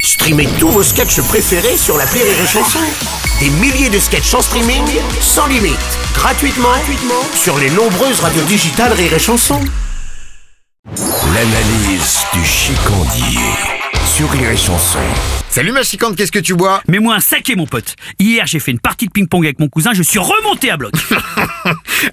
Streamez tous vos sketchs préférés sur la Rire et Chanson. Des milliers de sketchs en streaming, sans limite, gratuitement, gratuitement sur les nombreuses radios digitales Rire et Chanson. L'analyse du chicandier sur Rire et Chanson. Salut ma chicante, qu'est-ce que tu bois Mais moi un saké mon pote. Hier j'ai fait une partie de ping-pong avec mon cousin, je suis remonté à bloc.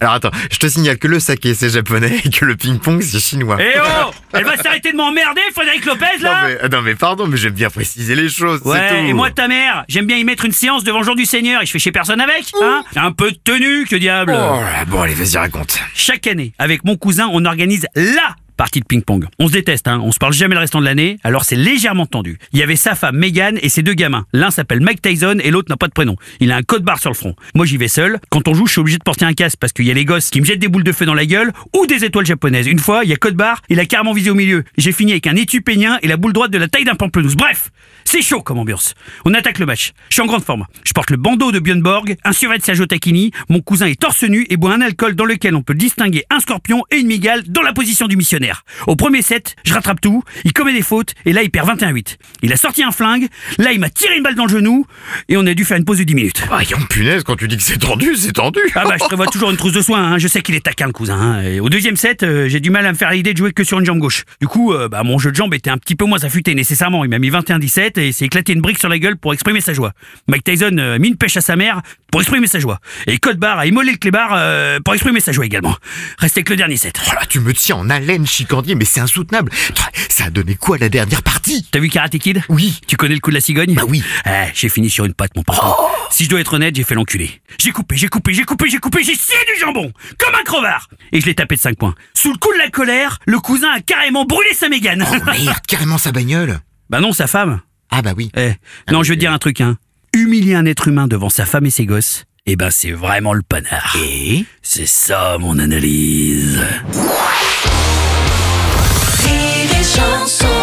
Alors attends, je te signale que le saké c'est japonais et que le ping-pong c'est chinois. Eh oh Elle va s'arrêter de m'emmerder, Frédéric Lopez non, là mais, non mais pardon, mais j'aime bien préciser les choses, c'est Ouais, tout. et moi ta mère, j'aime bien y mettre une séance devant le jour du Seigneur et je fais chez personne avec, hein Un peu de tenue, que diable Oh là, bon allez, vas-y raconte. Chaque année, avec mon cousin, on organise LA partie de ping-pong. On se déteste, hein, on se parle jamais le restant de l'année, alors c'est légèrement tendu. Il y avait sa femme Megan et ses deux gamins. L'un s'appelle Mike Tyson et l'autre n'a pas de prénom. Il a un code barre sur le front. Moi j'y vais seul. Quand on joue, je suis obligé de porter un casque parce qu'il y a les gosses qui me jettent des boules de feu dans la gueule ou des étoiles japonaises. Une fois, il y a code barre, il a carrément visé au milieu. J'ai fini avec un étu pénien et la boule droite de la taille d'un pamplemousse. Bref, c'est chaud comme ambiance. On attaque le match. Je suis en grande forme. Je porte le bandeau de Björn Borg, un survêt de Sergio Tacchini, mon cousin est torse nu et boit un alcool dans lequel on peut distinguer un scorpion et une migale dans la position du missionnaire. Au premier set, je rattrape tout, il commet des fautes et là il perd 21-8. Il a sorti un flingue, là il m'a tiré une balle dans le genou et on a dû faire une pause de 10 minutes. Ah, et en punaise, quand tu dis que c'est tendu, c'est tendu. Ah bah je prévois toujours une trousse de soins, hein. je sais qu'il est taquin le cousin. hein. Et au deuxième set, euh, j'ai du mal à me faire l'idée de jouer que sur une jambe gauche. Du coup, euh, bah, mon jeu de jambe était un petit peu moins affûté nécessairement. Il m'a mis 21-17 et s'est éclaté une brique sur la gueule pour exprimer sa joie. Mike Tyson euh, a mis une pêche à sa mère pour exprimer sa joie. Et Code Barre a immolé le clébard euh, pour exprimer sa joie également. Restait que le dernier set. Oh là, tu me tiens en haleine, chicandier, mais c'est insoutenable. Ça a donné quoi la dernière partie T'as vu Karate Kid Oui. Tu connais le coup de la cigogne Bah oui. Oh. Ah, j'ai fini sur une patte, mon pote. Si je dois être honnête, j'ai fait l'enculé. J'ai coupé, j'ai coupé, j'ai coupé, j'ai coupé, j'ai scié du jambon Comme un crevard Et je l'ai tapé de 5 points. Sous le coup de la colère, le cousin a carrément brûlé sa mégane Oh merde, carrément sa bagnole. Bah non, sa femme Ah bah oui. Eh, non, je veux te dire un truc, hein. Humilier un être humain devant sa femme et ses gosses, eh ben c'est vraiment le panard. Et C'est ça mon analyse Rire et chanson